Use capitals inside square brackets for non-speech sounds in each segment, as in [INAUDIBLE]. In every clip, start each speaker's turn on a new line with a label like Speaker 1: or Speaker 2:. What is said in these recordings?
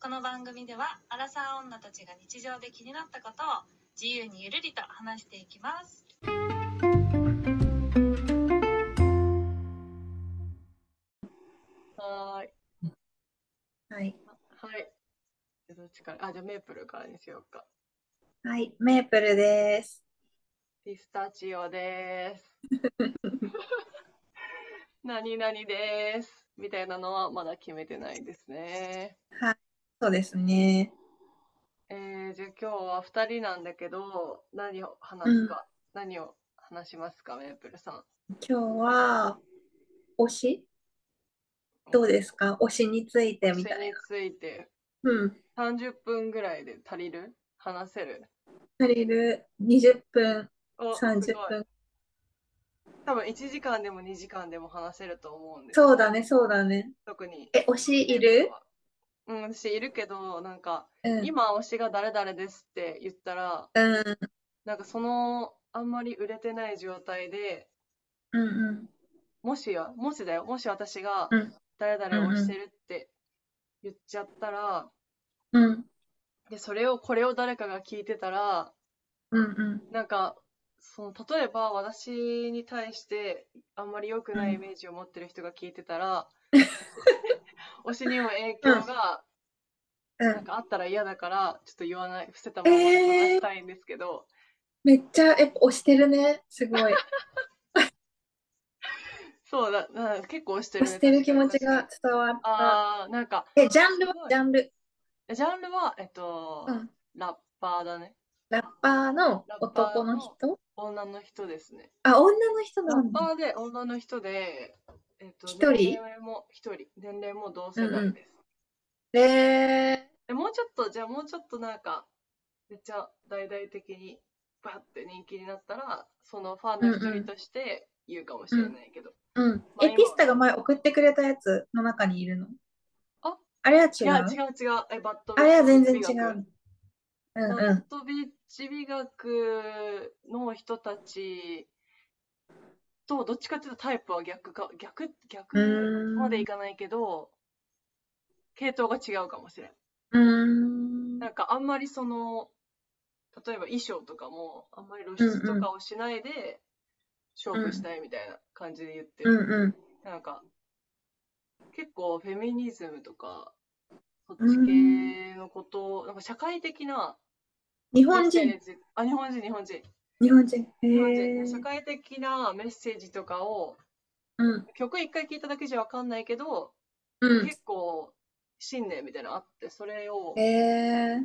Speaker 1: この番組ではアラサー女たちが日常で気になったことを自由にゆるりと話していきます
Speaker 2: はーい。
Speaker 3: はい。
Speaker 2: はい。じゃあどっちからあ、じゃあメープルからにしようか。
Speaker 3: はい、メープルです。
Speaker 2: ピスタチオです。 [LAUGHS] 何々です。みたいなのはまだ決めてないですね。
Speaker 3: そうですね。
Speaker 2: えー、じゃあ今日は2人なんだけど、何を話すか、何を話しますか、メープルさん。
Speaker 3: 今日は推しどうですか推しについてみ
Speaker 2: そ
Speaker 3: た
Speaker 2: れ
Speaker 3: い
Speaker 2: に
Speaker 3: な。
Speaker 2: ついて
Speaker 3: うん。
Speaker 2: 30分ぐらいで足りる話せる
Speaker 3: 足りる20分、
Speaker 2: お、すごい
Speaker 3: 30分。
Speaker 2: 多分1時間でも2時間でも話せると思うんです
Speaker 3: そうだね、そうだね。
Speaker 2: 特に。
Speaker 3: え、推しいる
Speaker 2: うん、私いるけど、なんか、
Speaker 3: うん。
Speaker 2: 今推しが誰々ですって言ったら、
Speaker 3: うん。
Speaker 2: なんかその、あんまり売れてない状態で、
Speaker 3: うんうん。
Speaker 2: もしや、もしだよ、もし私が
Speaker 3: うん
Speaker 2: 誰々を推してるって言っちゃったら、
Speaker 3: うん。
Speaker 2: で、それを、これを誰かが聞いてたら、
Speaker 3: うんうん。
Speaker 2: なんか、その、例えば私に対して、あんまり良くないイメージを持ってる人が聞いてた
Speaker 3: [LAUGHS]
Speaker 2: ら、推しにも影響が、
Speaker 3: う
Speaker 2: なん
Speaker 3: ん。
Speaker 2: かあったら嫌だから、ちょっと言わない、伏せたままで話したいんですけど、
Speaker 3: めっちゃ、やっぱ推してるね。
Speaker 2: [LAUGHS]
Speaker 3: すごい。
Speaker 2: そうだ、な結構推してる
Speaker 3: 推
Speaker 2: ね。
Speaker 3: してる気持ち
Speaker 2: 確か
Speaker 3: が
Speaker 2: に。
Speaker 3: 伝わった。
Speaker 2: ああ、なんか、
Speaker 3: え、ジャンルは
Speaker 2: すごい
Speaker 3: ジャンル。
Speaker 2: ジャンルは、えっと、
Speaker 3: うん。
Speaker 2: ラッパーだね。
Speaker 3: ラッパーの
Speaker 2: ラッパー
Speaker 3: 男
Speaker 2: の
Speaker 3: の人
Speaker 2: 女の人ですね。
Speaker 3: あ、女の人
Speaker 2: ラ
Speaker 3: な
Speaker 2: ッ
Speaker 3: んだ。
Speaker 2: パーで女の人で、えっと、
Speaker 3: 一人
Speaker 2: 年齢も一人、年齢も同世代です。
Speaker 3: えー。
Speaker 2: でもうちょっと、じゃあもうちょっとなんか、めっちゃ大々的に、バッて人気になったら、そのファンの一
Speaker 3: うんう
Speaker 2: 人
Speaker 3: ん
Speaker 2: として言うかもしれないけど。
Speaker 3: うん。
Speaker 2: まあ
Speaker 3: え、
Speaker 2: 今
Speaker 3: ピスタが前送ってくれたやつの中にいるの
Speaker 2: あ
Speaker 3: あれは違
Speaker 2: いや、
Speaker 3: う
Speaker 2: 違う違う。え、バッド
Speaker 3: あれは全然
Speaker 2: ビ
Speaker 3: 違
Speaker 2: ッグビッグ
Speaker 3: う。うん
Speaker 2: バ
Speaker 3: う
Speaker 2: ッ
Speaker 3: ん。
Speaker 2: ドビッチ美学の人たちとどっちかっていうとタイプは逆か逆
Speaker 3: う
Speaker 2: 逆
Speaker 3: ーん。
Speaker 2: までいかないけど系統が違うかもしれん
Speaker 3: うーん。
Speaker 2: なんかあんまりその例えば衣装とかもあんまり露出とかをしないで勝負したいみたいな感じで言って
Speaker 3: う
Speaker 2: る、
Speaker 3: んうん。
Speaker 2: なんか結構フェミニズムとかそっ
Speaker 3: う
Speaker 2: ち系のことなんか社会的な
Speaker 3: 日
Speaker 2: メ
Speaker 3: 本
Speaker 2: ッセー
Speaker 3: 人。
Speaker 2: ジあ日本人日本人
Speaker 3: 日本人。へ
Speaker 2: 日本人ね社
Speaker 3: ー。
Speaker 2: 会的なメッセージとかを
Speaker 3: うん。
Speaker 2: 曲一回聴いただけじゃわかんないけど、
Speaker 3: うん。
Speaker 2: 結構信念みたいなのあってそれを
Speaker 3: え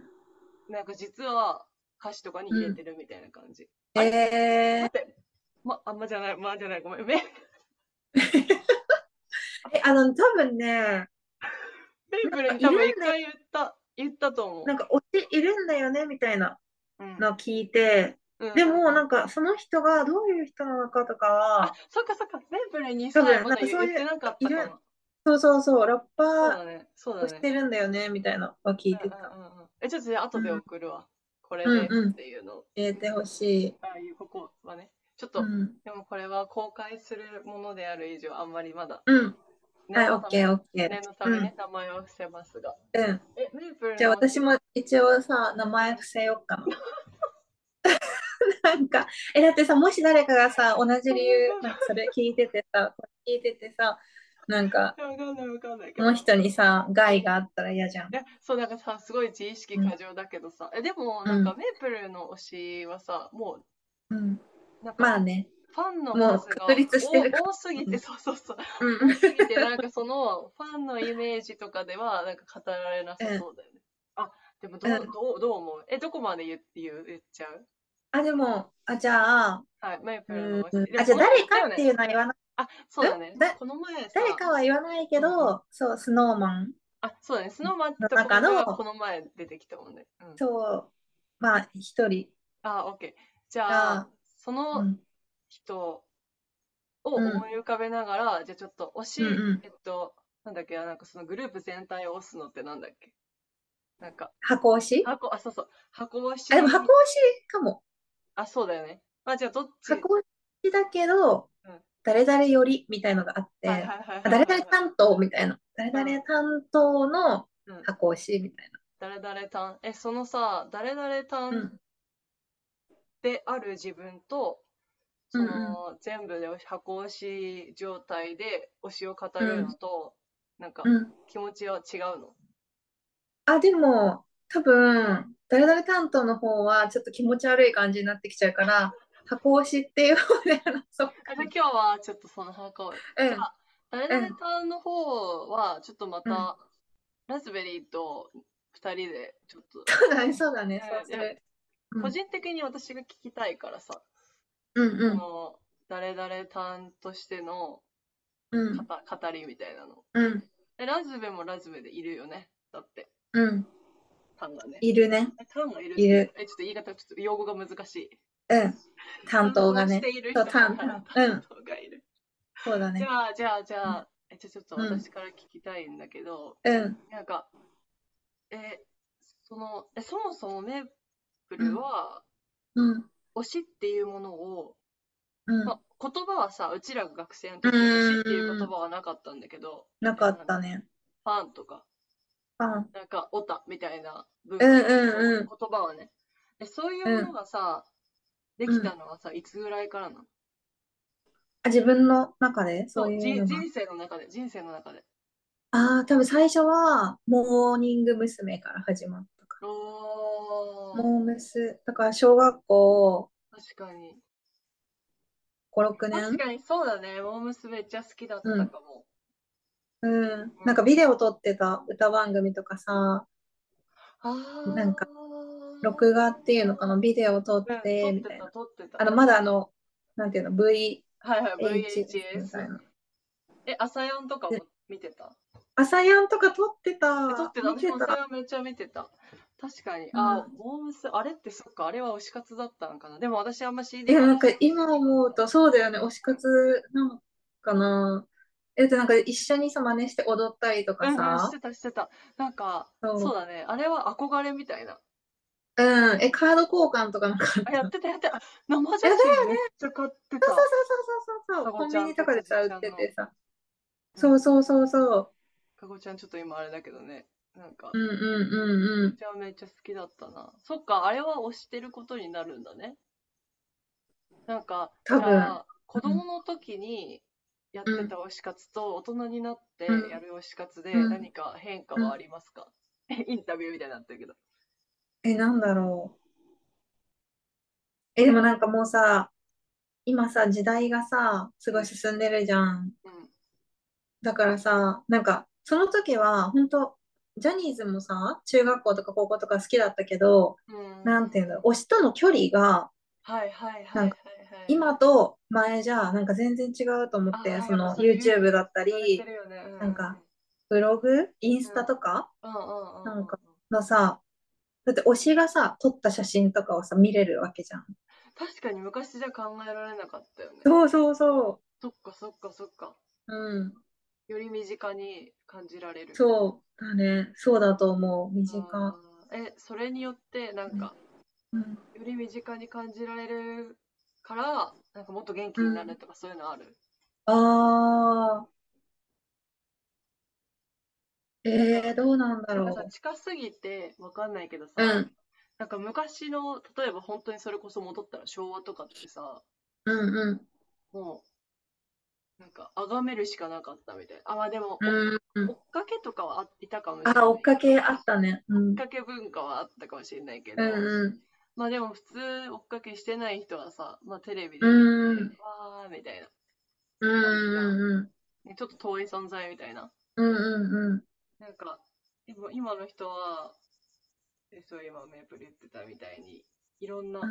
Speaker 2: なんか実は歌詞とかに入れてるみたいな感じ、
Speaker 3: ー。えー。
Speaker 2: まあんまじゃないまあじゃないごめんめメ
Speaker 3: え、あの、多分ね、
Speaker 2: イプルに多分
Speaker 3: い
Speaker 2: 一
Speaker 3: るんだ
Speaker 2: 回言った言ったと思う
Speaker 3: なんか推しいるんだよねみたいな
Speaker 2: うん
Speaker 3: のを聞いて、
Speaker 2: うん
Speaker 3: でもなんかその人がどういう人なのかとかは
Speaker 2: あ、そっかそっかメイプルに
Speaker 3: 多
Speaker 2: さ
Speaker 3: 分
Speaker 2: まだ言
Speaker 3: なんかそういう
Speaker 2: 言ってなかったか
Speaker 3: いる
Speaker 2: も
Speaker 3: そうそうそう、ラッパ
Speaker 2: そう
Speaker 3: ー
Speaker 2: だねそうだ
Speaker 3: 推
Speaker 2: ね
Speaker 3: してるんだよねみたいなのは聞いて
Speaker 2: う
Speaker 3: た。
Speaker 2: んうんうんうんえちょっとじゃあ後で送るわ、これ
Speaker 3: う
Speaker 2: で
Speaker 3: んうん
Speaker 2: っていうのを
Speaker 3: 入れてほしい。
Speaker 2: ああいうここはねちょっと、
Speaker 3: うん。
Speaker 2: でもこれは公開するものである以上、あんまりまだ
Speaker 3: うん。はい、
Speaker 2: 念
Speaker 3: オ
Speaker 2: の
Speaker 3: ッ
Speaker 2: ため、
Speaker 3: ケー、オッケー
Speaker 2: 念。のためね、名前を伏せますが。
Speaker 3: うん。
Speaker 2: え、メープル
Speaker 3: じゃあ
Speaker 2: の
Speaker 3: 私も一応さ、名前伏せようかな。 [LAUGHS] なんか、え、だってさ、もし誰かがさ、同じ理由、なんかそれ聞いててさ、これ聞いててさ、なんか、
Speaker 2: わかんないわかんないけ
Speaker 3: こ
Speaker 2: ど。
Speaker 3: の
Speaker 2: い
Speaker 3: 人にさ、害があったら嫌じゃん。
Speaker 2: やそう、なんかさ、すごい自意識過剰だけどさ、え、でも、なんかメープルの推しはさ、も
Speaker 3: うん。
Speaker 2: う、なん
Speaker 3: まあ
Speaker 2: か、
Speaker 3: ね。
Speaker 2: ファンの
Speaker 3: もう
Speaker 2: 数が
Speaker 3: 確立してるか
Speaker 2: 多多すぎ
Speaker 3: う [LAUGHS]
Speaker 2: て、
Speaker 3: ん
Speaker 2: そうそうそう、
Speaker 3: うん
Speaker 2: 多。すぎて、なんかその、ファンのイメージとかでは、なんか語られなさそうだよね。あ、でもどう、
Speaker 3: う
Speaker 2: どう、どう思うえ、どこまで言う言う言っちゃう
Speaker 3: あ、でも、あ、じゃあ、
Speaker 2: はい、メープ
Speaker 3: う
Speaker 2: ルの
Speaker 3: ん
Speaker 2: 推し。で。も
Speaker 3: あ、じゃあ
Speaker 2: この
Speaker 3: 誰
Speaker 2: 人よ
Speaker 3: かっ
Speaker 2: ね
Speaker 3: ていうのは言わない。
Speaker 2: あ、そうだね
Speaker 3: えだ。
Speaker 2: この前さ、
Speaker 3: 誰かは言わないけど、そう、スノーマン。
Speaker 2: あ、そうだね。スノーマンと
Speaker 3: の中の
Speaker 2: かこの前出てきたもんね。うん、
Speaker 3: そう、まあ、一人
Speaker 2: あ、オッケー。じゃあ
Speaker 3: が、、
Speaker 2: そうの
Speaker 3: ん。
Speaker 2: 人を思い浮かべながら、じゃあちょっと推し、
Speaker 3: うんうん
Speaker 2: えっと、なんだっけな、なんかそのグループ全体を推すのってなんだっけなんか、
Speaker 3: 箱推し
Speaker 2: 箱、あ、そうそう。箱推し。
Speaker 3: あ、でも箱推しかも。
Speaker 2: あ、そうだよね。まあじゃあどっち
Speaker 3: 箱推しだけど
Speaker 2: うん、
Speaker 3: 誰々よりみたいのがあって、
Speaker 2: はいはいはいはい
Speaker 3: あ誰々担当みたいな。誰々担当の
Speaker 2: うんうん
Speaker 3: 箱推しみたい
Speaker 2: 誰々たん。え、そのさ、誰々た
Speaker 3: な。うんん。
Speaker 2: である自分と、そ
Speaker 3: うんうん
Speaker 2: の、全部で箱推し状態で推しを語るのと、なんか
Speaker 3: うん。
Speaker 2: 気持ちは違うの。
Speaker 3: あ、でも、多分、誰々担当の方は、ちょっと気持ち悪い感じになってきちゃうから、箱推しっていう [LAUGHS] 方で話そう
Speaker 2: あ
Speaker 3: か
Speaker 2: じゃあ今日はちょっとその箱を。
Speaker 3: うん。
Speaker 2: 誰々たんの方は、ちょっとまた、ラズベリーと二人で、ちょっと、
Speaker 3: そうだね、そうだね、そうする。うん
Speaker 2: 個人的に私が聞きたいからさ、
Speaker 3: うんう
Speaker 2: そ
Speaker 3: ん。
Speaker 2: の、誰々たんとしての
Speaker 3: うん。
Speaker 2: 語語りみたいなの。
Speaker 3: うん。
Speaker 2: え、ラズベもラズベでいるよね。だって、
Speaker 3: うん。
Speaker 2: タンがね。
Speaker 3: いるね。
Speaker 2: えタンがいる。
Speaker 3: いる。
Speaker 2: え、ちょっと言い方、ちょっと用語が難しい。
Speaker 3: うん。担当がね
Speaker 2: 担。している人
Speaker 3: そう担
Speaker 2: 担
Speaker 3: うん
Speaker 2: 当がいる。
Speaker 3: そうだ
Speaker 2: じ
Speaker 3: ね。
Speaker 2: ゃあ、じゃあ、じゃあ、え、じゃあちょっと
Speaker 3: うん
Speaker 2: 私から聞きたいんだけど、
Speaker 3: うん。
Speaker 2: なんか、え、その、え、そもそもメープルは、
Speaker 3: うん。
Speaker 2: 推しっていうものを、
Speaker 3: うん。
Speaker 2: まあ、言葉はさ、うちらが学生の時に推しっていう言葉はなかったんだけど、
Speaker 3: なかったね。
Speaker 2: ファンとか、
Speaker 3: あ、
Speaker 2: なんか、オタみたいな文
Speaker 3: うんうんうん
Speaker 2: 言葉はね。でそういうものがさ、できたのはさ、いつぐらいからなの
Speaker 3: あ自分の中でそう
Speaker 2: じ
Speaker 3: いうのが。
Speaker 2: 人生の中で、人生の中で。
Speaker 3: ああ、多分最初は、モーニング娘。から始まったか
Speaker 2: お
Speaker 3: ら。
Speaker 2: ー、
Speaker 3: モー娘。だから、小学校
Speaker 2: 確かに。
Speaker 3: 5、6
Speaker 2: 確
Speaker 3: 年。
Speaker 2: かにそうだね。モー娘めっちゃ好きだったかも。
Speaker 3: うん。なんか、ビデオ撮ってた歌番組とかさ、
Speaker 2: あー
Speaker 3: なんか、録画っていうのかな、ビデオ撮
Speaker 2: う
Speaker 3: っ
Speaker 2: ん
Speaker 3: て、
Speaker 2: 撮
Speaker 3: み
Speaker 2: ったて
Speaker 3: い
Speaker 2: た、
Speaker 3: な。
Speaker 2: 撮ってた。
Speaker 3: あの、まだあの、なんていうの、VHS
Speaker 2: はいはい、
Speaker 3: みたい
Speaker 2: VHS。
Speaker 3: な。
Speaker 2: え、朝四とかも見てた
Speaker 3: 朝やんとか撮って
Speaker 2: え
Speaker 3: た。
Speaker 2: 撮ってた。
Speaker 3: 見
Speaker 2: 私
Speaker 3: て
Speaker 2: もそれ
Speaker 3: た。
Speaker 2: はめっちゃ見てた。確かに。あ
Speaker 3: う、
Speaker 2: モー娘。あれってそっか、あれは推し活だったのかな。でも私あんま CD
Speaker 3: いや、
Speaker 2: 買わな
Speaker 3: な
Speaker 2: んい
Speaker 3: か今思うと、そうだよね、推し活なのかな。えっと、なんか一緒にさ、真似して踊ったりとか
Speaker 2: うんうん、し
Speaker 3: さ
Speaker 2: て、たしてた。なんか、
Speaker 3: そう
Speaker 2: そうだね。あれは憧れみたいな。
Speaker 3: うん、え、カード交換とかなんか、そう
Speaker 2: あ、やってたやってた。生写
Speaker 3: やだ
Speaker 2: 真めっちゃ買ってた
Speaker 3: そう。そうそうそうそう、
Speaker 2: か
Speaker 3: コ
Speaker 2: ご
Speaker 3: ン
Speaker 2: ちゃ
Speaker 3: ビ
Speaker 2: ん
Speaker 3: ニとかでさ、
Speaker 2: か
Speaker 3: 売
Speaker 2: ご
Speaker 3: っ
Speaker 2: ちゃんの
Speaker 3: ててさ、そうそうそうそう、
Speaker 2: かごちゃんちょっと今あれだけどね。なんか、
Speaker 3: うんうんうんう
Speaker 2: め
Speaker 3: ん。
Speaker 2: ちゃめっちゃ好きだったな。そっか、あれは推してることになるんだね。なんか、
Speaker 3: 多分
Speaker 2: じゃあ子供の時にやってた推し活と大人になって
Speaker 3: うん
Speaker 2: やる推し活で
Speaker 3: うん
Speaker 2: 何か変化はありますか、 [LAUGHS] インタビューみたいになってるけど。
Speaker 3: え、なんだろう。え、でもなんかもうさ、今さ、時代がさ、すごい進んでるじゃん。
Speaker 2: うん。
Speaker 3: だからさ、なんか、その時は、本当ジャニーズもさ、中学校とか高校とか好きだったけど、
Speaker 2: うん
Speaker 3: なんていうの、推しとの距離が、
Speaker 2: はいはいはいは
Speaker 3: ない
Speaker 2: はい
Speaker 3: んか。今と前じゃ、なんか全然違うと思っ
Speaker 2: あ
Speaker 3: て、
Speaker 2: ー
Speaker 3: その
Speaker 2: やっぱそれ
Speaker 3: YouTube だった
Speaker 2: 言われて
Speaker 3: り、
Speaker 2: るよね、
Speaker 3: なんかブログ、インスタとか
Speaker 2: うんうんうん、
Speaker 3: なんかのさ、だって推しがさ、撮った写真とかをさ、見れるわけじゃん。
Speaker 2: 確かに昔じゃ考えられなかったよね。
Speaker 3: そうそうそ
Speaker 2: そっかそっかそっか。
Speaker 3: う。うん。
Speaker 2: より身近に感じられる。
Speaker 3: そうだね。そうだと思う。身近。
Speaker 2: あーえ、それによってなんか、
Speaker 3: うん。
Speaker 2: より身近に感じられるから、なんかもっと元気になるとかそういうのある。
Speaker 3: ああ。えー、どうなんだ
Speaker 2: なん
Speaker 3: ろ
Speaker 2: か
Speaker 3: う
Speaker 2: さ、。近すぎてわかんないけどさ、
Speaker 3: うん
Speaker 2: なんか昔の、例えば本当にそれこそ戻ったら昭和とかってさ、
Speaker 3: うんうん。
Speaker 2: もう、なんか崇めるしかなかったみたいな。あ、まあでも、
Speaker 3: うんうん
Speaker 2: 追っかけとかはあいたかもしれない。
Speaker 3: あ、追っかけあったね。うん。
Speaker 2: 追っかけ文化はあったかもしれないけ
Speaker 3: う
Speaker 2: ど、
Speaker 3: んうん。
Speaker 2: まあでも普通追っかけしてない人はさ、まあテレビで、
Speaker 3: うん
Speaker 2: わーみたいな、
Speaker 3: うんうん
Speaker 2: ねちょっと遠い存在みたいな。
Speaker 3: うん。うんうんうん。
Speaker 2: なんか、でも今の人は、えそう今メープル言ってたみたいに、いろんな、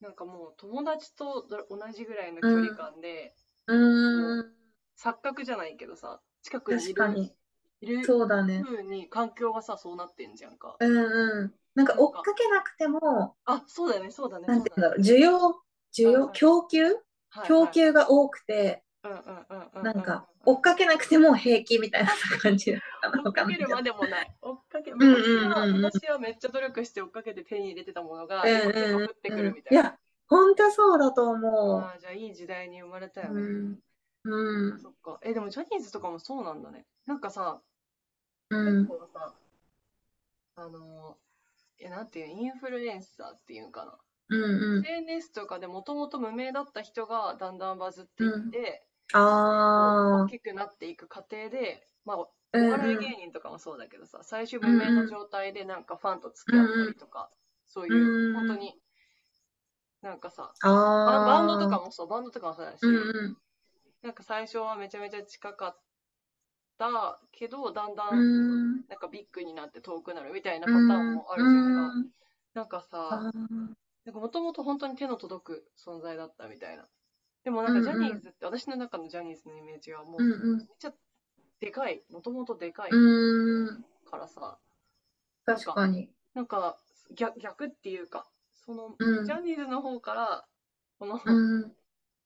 Speaker 2: なんかもう友達とど同じぐらいの距離感で、
Speaker 3: うん。うん。
Speaker 2: 錯覚じゃないけどさ、近くにい
Speaker 3: 確か
Speaker 2: る、
Speaker 3: に。
Speaker 2: いる
Speaker 3: そうだね。
Speaker 2: 風に環境がさ、そうなってんじゃんか。
Speaker 3: うんうん。なんか追っかけなくても、
Speaker 2: あ、そうだよね、そうだね、
Speaker 3: なんて
Speaker 2: そう
Speaker 3: 言
Speaker 2: だ
Speaker 3: う
Speaker 2: ね。
Speaker 3: んだろう。需
Speaker 2: は
Speaker 3: 要、需
Speaker 2: い
Speaker 3: 要、
Speaker 2: はい
Speaker 3: 供給
Speaker 2: はいはい
Speaker 3: 供給が多くて、
Speaker 2: うんうんうんうんうん
Speaker 3: なんか追っかけなくても平気みたいな感じだった
Speaker 2: 追
Speaker 3: の
Speaker 2: っ
Speaker 3: か
Speaker 2: か
Speaker 3: な
Speaker 2: けるまでもない。追っかけ、
Speaker 3: んうん
Speaker 2: 昔は、
Speaker 3: うんうん
Speaker 2: 私はめっちゃ努力して追っかけて手に入れてたものが、
Speaker 3: うんうん
Speaker 2: 今手が降ってく
Speaker 3: うん
Speaker 2: るみ
Speaker 3: い
Speaker 2: たいな。
Speaker 3: や、本当そうだと思
Speaker 2: ああ、じゃあいい時代に生まれた
Speaker 3: う。
Speaker 2: よ
Speaker 3: う
Speaker 2: ね。
Speaker 3: ん。うん。
Speaker 2: そっか。え、でもジャニーズとかもそうなんだね。なんかさ、
Speaker 3: う
Speaker 2: 結
Speaker 3: ん。
Speaker 2: 構さ、あの、いや、なんていう、インフルエンサーっていうのかな。
Speaker 3: うんうん。
Speaker 2: SNS とかでもともと無名だった人がだんだんバズっていって、
Speaker 3: あ
Speaker 2: 大
Speaker 3: あ、
Speaker 2: きくなっていく過程で、まあ、お
Speaker 3: うんうん
Speaker 2: 笑い芸人とかもそうだけどさ、最終無名の状態でなんかファンと付き合ったりとか、そういう、
Speaker 3: うん
Speaker 2: 本当に、なんかさ、バ
Speaker 3: ああ。
Speaker 2: バンドとかもそう、バンドとかもそうだし、
Speaker 3: うんうん。
Speaker 2: なんか最初はめちゃめちゃ近かったけど、だんだ
Speaker 3: うんん。
Speaker 2: なんかビッグになって遠くなるみたいなパターンもあるけどさ、
Speaker 3: うん
Speaker 2: なんかさ、
Speaker 3: あー
Speaker 2: なんかもともと本当に手の届く存在だったみたいな。でもなんかジャニーズって、私の中のジャニーズのイメージはもう、
Speaker 3: う
Speaker 2: め
Speaker 3: ん
Speaker 2: っ
Speaker 3: うん。
Speaker 2: ちゃでかい、もともとでかい
Speaker 3: うん。
Speaker 2: からさ、
Speaker 3: 確かに。
Speaker 2: なんか逆逆っていうか、その、
Speaker 3: うん
Speaker 2: ジャニーズの方から、この、
Speaker 3: うん。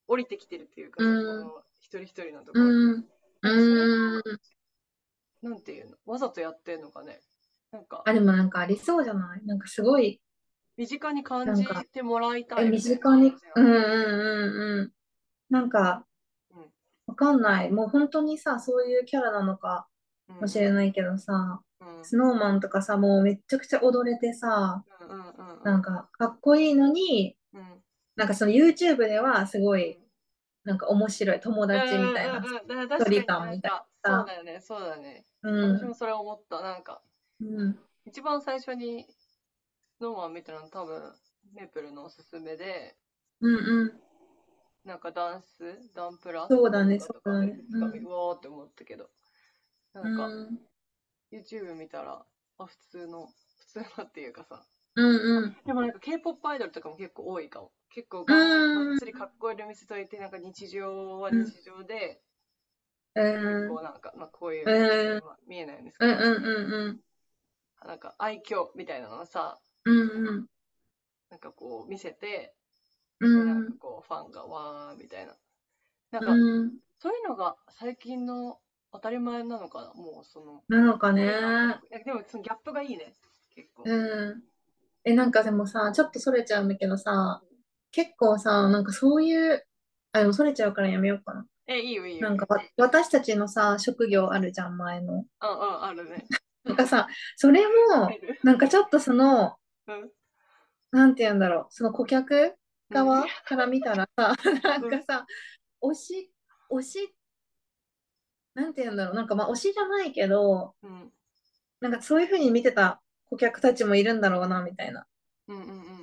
Speaker 2: 降りてきてるっていうかさ、
Speaker 3: う
Speaker 2: こ
Speaker 3: ん
Speaker 2: の一人一人のところ、
Speaker 3: うん。うん。
Speaker 2: なんていうの、わざとやってんのかね。なんか、
Speaker 3: あ、でもなんかありそうじゃないなんかすごい、
Speaker 2: 身近に感じてもらいたい
Speaker 3: え、
Speaker 2: み
Speaker 3: 身
Speaker 2: たいな
Speaker 3: 近に
Speaker 2: 感じだ
Speaker 3: うん
Speaker 2: よ
Speaker 3: う
Speaker 2: ね
Speaker 3: んうんうん。なんか
Speaker 2: うん、
Speaker 3: わかんない。もう本当にさ、そういうキャラなのか
Speaker 2: うん
Speaker 3: もしれないけどさ、
Speaker 2: うん
Speaker 3: スノーマンとかさ、もうめっちゃくちゃ踊れてさ、
Speaker 2: うんうんうんうん
Speaker 3: なんかかっこいいのに、
Speaker 2: うん
Speaker 3: なんかその YouTube ではすごい、なんか面白い友達みたいな。
Speaker 2: うんうんうんうん、確かに
Speaker 3: 距離感みたい
Speaker 2: な
Speaker 3: なん
Speaker 2: かそうだよね、そうだね。
Speaker 3: うん
Speaker 2: 私。もそれ思った。なんか、
Speaker 3: うん。
Speaker 2: 一番最初にノーマン見たのは多分、メープルのおすすめで、
Speaker 3: うんうん。
Speaker 2: なんかダンス、ダンプラ
Speaker 3: そうだね
Speaker 2: とかで
Speaker 3: そうだね
Speaker 2: なんかうわーって思ったけど、なんか、
Speaker 3: うん
Speaker 2: YouTube 見たら、あ、普通の、普通のっていうかさ、
Speaker 3: うんうん。
Speaker 2: でもなんか K-POP アイドルとかも結構多いかも。結構
Speaker 3: う
Speaker 2: が
Speaker 3: ん
Speaker 2: っつりかっこいいの見せといて、なんか日常は日常で、
Speaker 3: うん。
Speaker 2: こうなんか、まあこういう、
Speaker 3: う
Speaker 2: まあ見えないんです
Speaker 3: う
Speaker 2: け
Speaker 3: ん
Speaker 2: ど、
Speaker 3: うんうん
Speaker 2: なんか愛嬌みたいなのをさ、
Speaker 3: うん。うん
Speaker 2: なんかこう見せて、
Speaker 3: うん。う
Speaker 2: なん
Speaker 3: ん
Speaker 2: かこうファンがわーみたいな。なんか
Speaker 3: うん。
Speaker 2: そういうのが最近の当たり前なのかな、もうその。
Speaker 3: なのかね。
Speaker 2: えでもそのギャップがいいね、結構。
Speaker 3: うん。え、なんかでもさ、ちょっとそれちゃうんだけどさ、結構さ、なんかそういう、あ、でもそれちゃうからやめようかな。
Speaker 2: え、いいよいいよ。
Speaker 3: なんかわ私たちのさ、職業あるじゃん、前の。
Speaker 2: うんうん、あるね。
Speaker 3: なんかさ、それ
Speaker 2: あ
Speaker 3: も、
Speaker 2: る
Speaker 3: なんかちょっとその、
Speaker 2: うん
Speaker 3: なんて言うんだろう、その顧客
Speaker 2: う
Speaker 3: 側
Speaker 2: ん
Speaker 3: から見たらさ、 [LAUGHS] なんかさ、推し、推し、なんて言うんだろう、なんかまあ推しじゃないけど、
Speaker 2: うん
Speaker 3: なんかそういうふうに見てた顧客たちもいるんだろうな、みたいな。
Speaker 2: うんうんうんうんうんうんう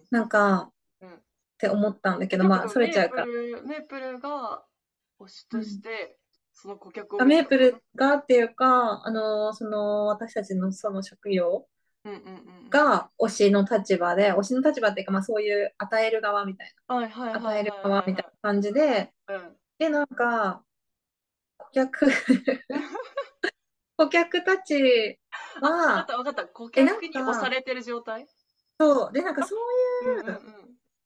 Speaker 2: ん。
Speaker 3: なんか、
Speaker 2: うん
Speaker 3: って思ったんだけ
Speaker 2: で
Speaker 3: ど、
Speaker 2: も
Speaker 3: まあ、それちゃうから。
Speaker 2: メープルメープルが推しとして、その顧客を。
Speaker 3: あメープルがっていうか、あのーその、私たちのその職業
Speaker 2: うんうんうんうん。、
Speaker 3: が推しの立場で、推しの立場っていうか、まあそういう与える側みたい
Speaker 2: はいはい
Speaker 3: な、
Speaker 2: はい
Speaker 3: 与える側みたいな感じで、
Speaker 2: な。うん
Speaker 3: で、なんか、顧
Speaker 2: [LAUGHS]
Speaker 3: 客顧客たち
Speaker 2: わかっ
Speaker 3: は、
Speaker 2: たわかった。顧
Speaker 3: えなん
Speaker 2: 客
Speaker 3: か
Speaker 2: に押されてる状態
Speaker 3: そう、で、なんかそういう、
Speaker 2: うんうんうん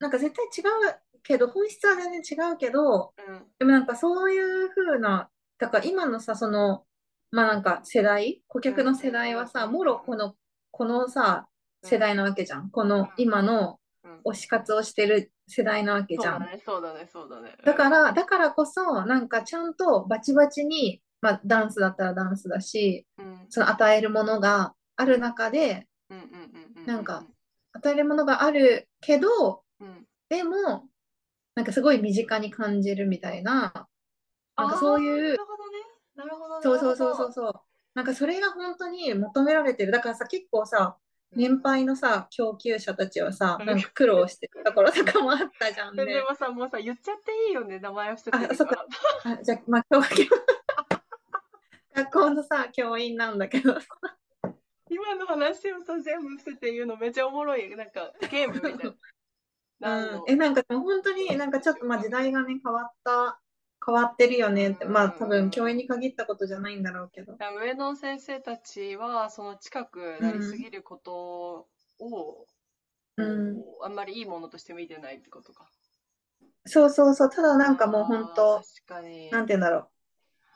Speaker 3: なんか絶対違うけど、本質は全然違うけど、
Speaker 2: うん
Speaker 3: でもなんかそういう風な、だから今のさ、その、まあなんか世代、顧客の世代はさ、
Speaker 2: うんうんうん
Speaker 3: もろこの、このさ、世代なわけじゃん。この今の
Speaker 2: うん
Speaker 3: 推し活をしてる世代なわけ
Speaker 2: そう
Speaker 3: じゃ
Speaker 2: だ
Speaker 3: ん。
Speaker 2: ね、そうだね、そうだね。
Speaker 3: だから、だからこそ、なんかちゃんとバチバチに、まあダンスだったらダンスだし、
Speaker 2: うん、うん
Speaker 3: その与えるものがある中で、
Speaker 2: うんうんうん、
Speaker 3: なんか、与えるものがあるけど、
Speaker 2: うん、
Speaker 3: でも、なんかすごい身近に感じるみたいな、なんかそういう
Speaker 2: あーなるほどね、なるほど、
Speaker 3: そうそうそう
Speaker 2: なるほ
Speaker 3: そ
Speaker 2: ど
Speaker 3: うそう。なんかそれが本当に求められてる。だからさ、結構さ、年配のさ、供給者たちはさ、
Speaker 2: うん
Speaker 3: なんか苦労してるところとかもあったじゃん
Speaker 2: でで
Speaker 3: ね。
Speaker 2: もさ、もうさ、言っちゃっていいよね、名前を伏せて
Speaker 3: あ
Speaker 2: る
Speaker 3: そっ
Speaker 2: から。
Speaker 3: あじゃあ、まあ、今日 [LAUGHS] は学校のさ、教員なんだけど、
Speaker 2: 今の話をさ、全部伏せて言うのめちゃおもろい。なんか、ゲームみ
Speaker 3: [LAUGHS]
Speaker 2: たいな。
Speaker 3: うん、え、なんかでも本当になんかちょっとまあ時代がね、変わった、変わってるよねって、まあ多分教員に限ったことじゃないんだろうけど。
Speaker 2: なんか上の先生たちは、その近くなりすぎることを、
Speaker 3: うん。
Speaker 2: こうあんまりいいものとして見てないってことか。
Speaker 3: そうそうそう、ただなんかもう本
Speaker 2: あ
Speaker 3: 当、
Speaker 2: ー確かに。
Speaker 3: なんて言うんだろ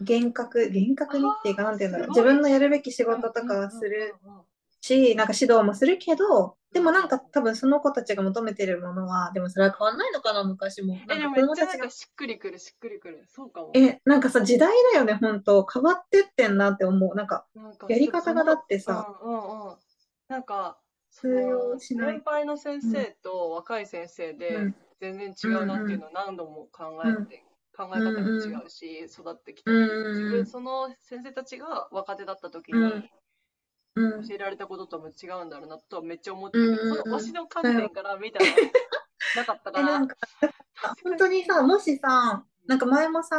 Speaker 3: う。厳格、厳格にっていうか、
Speaker 2: あー
Speaker 3: なんて言うんだろう。
Speaker 2: す
Speaker 3: 自
Speaker 2: ごい
Speaker 3: 分のやるべき仕事とかはする
Speaker 2: うんうんうんうん
Speaker 3: し、なんか指導もするけど、でもなんか多分その子たちが求めてるものは、でもそれは変わんないのかな、昔も。
Speaker 2: え、
Speaker 3: な
Speaker 2: でも
Speaker 3: んか
Speaker 2: めっ
Speaker 3: 子供
Speaker 2: ちゃ
Speaker 3: た
Speaker 2: な
Speaker 3: ち
Speaker 2: ん
Speaker 3: が
Speaker 2: か。しっくりくる、しっくりくる。そうかも。
Speaker 3: え、なんかさ、時代だよね、本当変わってってんなって思う。なんか、
Speaker 2: なんか
Speaker 3: やり方がだってさ、
Speaker 2: うんうんうん。なんか、そ
Speaker 3: 通用
Speaker 2: の
Speaker 3: しない
Speaker 2: 年配の先生と若い先生
Speaker 3: う
Speaker 2: で
Speaker 3: ん
Speaker 2: 全然違うなっていうのを何度も考えて、考え方も違うし、育ってきたし、
Speaker 3: うんうんうん
Speaker 2: 自分、その先生たちが若手だった時
Speaker 3: うん
Speaker 2: に
Speaker 3: うん。
Speaker 2: 教えられたこととも違うんだろうなとはめっちゃ思ってるけ
Speaker 3: うん
Speaker 2: ど、
Speaker 3: うんう
Speaker 2: その
Speaker 3: ん
Speaker 2: 推しの観点から見た
Speaker 3: [LAUGHS]
Speaker 2: ら、なかったか
Speaker 3: え、
Speaker 2: ら
Speaker 3: な。んか、本当にさ、もしさ、なんか前もさ、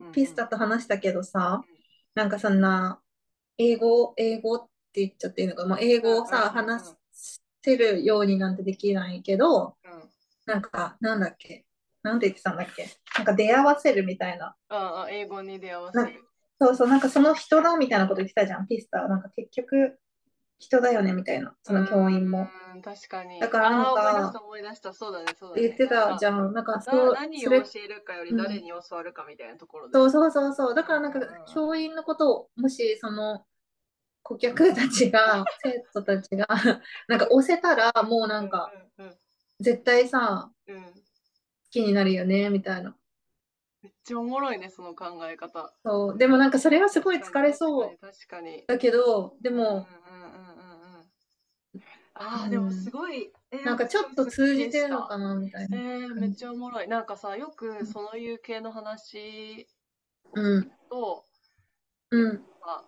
Speaker 2: うんうん
Speaker 3: ピスタと話したけどさ
Speaker 2: うん、
Speaker 3: なんかそんな、英語、英語って言っちゃっていいのかな、まあ、英語をさ、
Speaker 2: うんうんうんうん
Speaker 3: 話せるようになんてできないけど、
Speaker 2: うんうん
Speaker 3: なんか、なんだっけ、なんて言ってたんだっけ、なんか出会わせるみたいな。
Speaker 2: ああ、英語に出会わせる。
Speaker 3: そうそう、なんかその人だみたいなこと言ってたじゃん、ピスタは。なんか結局、人だよねみたいな、その教員も。
Speaker 2: うん。確かに。
Speaker 3: だからなんか
Speaker 2: あー思い出した、思い出した。そうだね、そうだね。
Speaker 3: 言ってたじ
Speaker 2: ゃ
Speaker 3: ゃん、なんか
Speaker 2: な
Speaker 3: そう、
Speaker 2: 何
Speaker 3: そ
Speaker 2: を
Speaker 3: れ
Speaker 2: 教えるかよ
Speaker 3: う
Speaker 2: り
Speaker 3: ん
Speaker 2: 誰に教わるかみたいなところで。
Speaker 3: そううそうそうそう。だからなんか
Speaker 2: うん
Speaker 3: 教員のことをもしその顧客た
Speaker 2: [LAUGHS]
Speaker 3: ちが生徒たちがなんか押せたらもうなんか
Speaker 2: うんうん
Speaker 3: 絶対さ
Speaker 2: うん。うん
Speaker 3: 好きになるよねみたいな。
Speaker 2: めっちゃおもろいね、その考え方。
Speaker 3: そう。でもなんかそれはすごい疲れ
Speaker 2: 確か
Speaker 3: そう
Speaker 2: に。確かに。
Speaker 3: だけどで
Speaker 2: うんうん
Speaker 3: も
Speaker 2: うんうんうん。ああ、でもすごい。えー
Speaker 3: なんかちょっと通じてるのかなみたい
Speaker 2: え
Speaker 3: な。
Speaker 2: ー、めっちゃおもろい。なんかさ、よくそういう系の話
Speaker 3: うん
Speaker 2: と、
Speaker 3: うん
Speaker 2: あ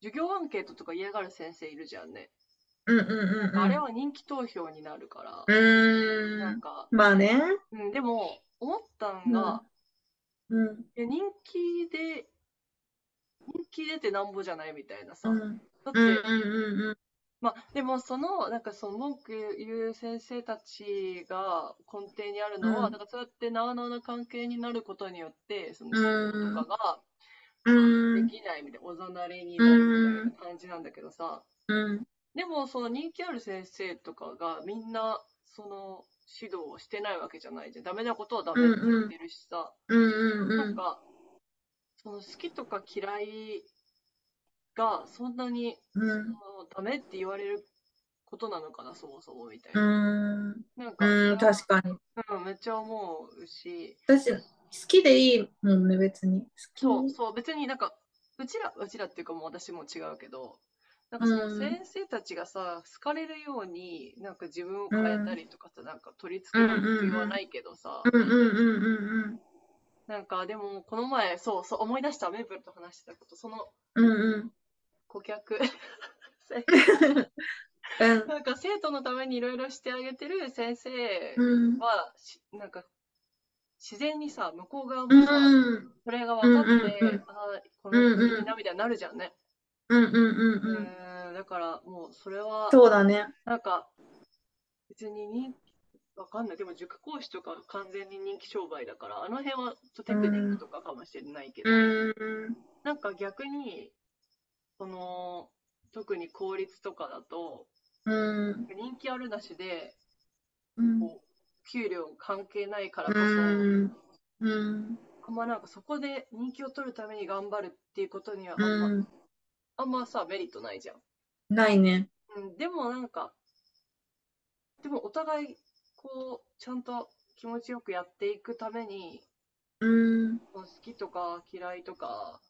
Speaker 2: 授業アンケートとか嫌がる先生いるじゃんね。
Speaker 3: うんうんうん
Speaker 2: あれ
Speaker 3: うん。
Speaker 2: は人気投票になるから、
Speaker 3: うー
Speaker 2: なん
Speaker 3: ん。
Speaker 2: か、
Speaker 3: まあね。
Speaker 2: うん、でも、思ったんが、
Speaker 3: うん
Speaker 2: いや人気で、人気出てなんぼじゃないみたいなさ。
Speaker 3: う
Speaker 2: だ
Speaker 3: ん
Speaker 2: って、
Speaker 3: うんうんうん
Speaker 2: まあ、でもその、なんかその文句言う先生たちが根底にあるのは、
Speaker 3: うん
Speaker 2: なんかそうやってなあなあな関係になることによって、その
Speaker 3: うん
Speaker 2: 生徒とかが
Speaker 3: うん
Speaker 2: できないみたいな、おざなりになるみたいな感じなんだけどさ、
Speaker 3: うん
Speaker 2: でも、その人気ある先生とかがみんな、その指導をしてないわけじゃないじゃん。ダメなことはダメって言ってるしさ、
Speaker 3: うんうんう
Speaker 2: なん
Speaker 3: ん
Speaker 2: か、その好きとか嫌いがそんなに、
Speaker 3: う
Speaker 2: そ
Speaker 3: ん
Speaker 2: のダメって言われることなのかな、そもそもみたいうな。
Speaker 3: ん
Speaker 2: なんか、
Speaker 3: うん、
Speaker 2: それは
Speaker 3: 確かに。
Speaker 2: うん、めっちゃ思うし、
Speaker 3: 私、好きでいいもんね、別に。好き。
Speaker 2: そう、そう、別になんか、うちら、うちらっていうかもう私も違うけど、なんかその
Speaker 3: うん
Speaker 2: 先生たちがさ、好かれるように、なんか自分を変えたりとかさ、なんか取り付けるって言わないけどさ、
Speaker 3: うんうんうんうん
Speaker 2: なんかでも、この前、そうそう、思い出した、メープルと話してたこと、その
Speaker 3: うん。うんうん。
Speaker 2: 顧
Speaker 3: [LAUGHS]
Speaker 2: 客、せ
Speaker 3: うん
Speaker 2: なんか生徒のためにいろいろしてあげてる先生
Speaker 3: うん
Speaker 2: は、しなんか、自然にさ、向こう側
Speaker 3: う
Speaker 2: も
Speaker 3: ん
Speaker 2: さ、
Speaker 3: うん
Speaker 2: それが分かって、
Speaker 3: うんうんうん
Speaker 2: ああ、この人いいな、みたいになるじゃんね。
Speaker 3: うんうん
Speaker 2: う
Speaker 3: うん。
Speaker 2: ーん、だからもうそれは、
Speaker 3: そうだね。
Speaker 2: なんか、別に人わかんない。でも塾講師とか完全に人気商売だから、あの辺はちょっとテクニックとかかもしれないけど、
Speaker 3: うん
Speaker 2: なんか逆に、その、特に公立とかだと、
Speaker 3: うん
Speaker 2: 人気あるなしで、
Speaker 3: うん
Speaker 2: こう、給料関係ないからこそ、
Speaker 3: うんうん
Speaker 2: あんまなんかそこで人気を取るために頑張るっていうことにはあんま、
Speaker 3: うん
Speaker 2: あんまさ、メリットないじゃん。
Speaker 3: ないね。
Speaker 2: うん、でもなんか、でもお互い、こう、ちゃんと気持ちよくやっていくために、
Speaker 3: うん
Speaker 2: 好きとか嫌いとか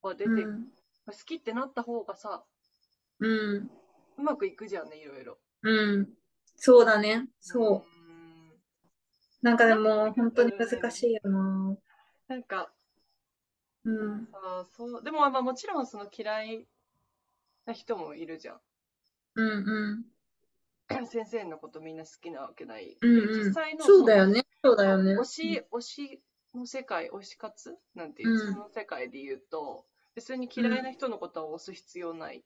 Speaker 2: は出て、
Speaker 3: うん
Speaker 2: 好きってなった方がさ、
Speaker 3: うん
Speaker 2: うまくいくじゃんね、いろいろ。。
Speaker 3: うん。そうだね。そう
Speaker 2: ん
Speaker 3: う。なんかでも、本当に難しいよな。
Speaker 2: なんか、
Speaker 3: うん。
Speaker 2: あーそう、でもまあもちろんその嫌いな人もいるじゃん。 [CLEARS THROAT]
Speaker 3: うんうん。
Speaker 2: 先生のことみんな好きなわけない。
Speaker 3: うん
Speaker 2: で
Speaker 3: うん
Speaker 2: 実際。の
Speaker 3: そうだよね。そうだよね。
Speaker 2: 推し、推しの世界、推し活なんていう、
Speaker 3: うん
Speaker 2: その世界で言うと、別に嫌いな人のことは推す必要ない。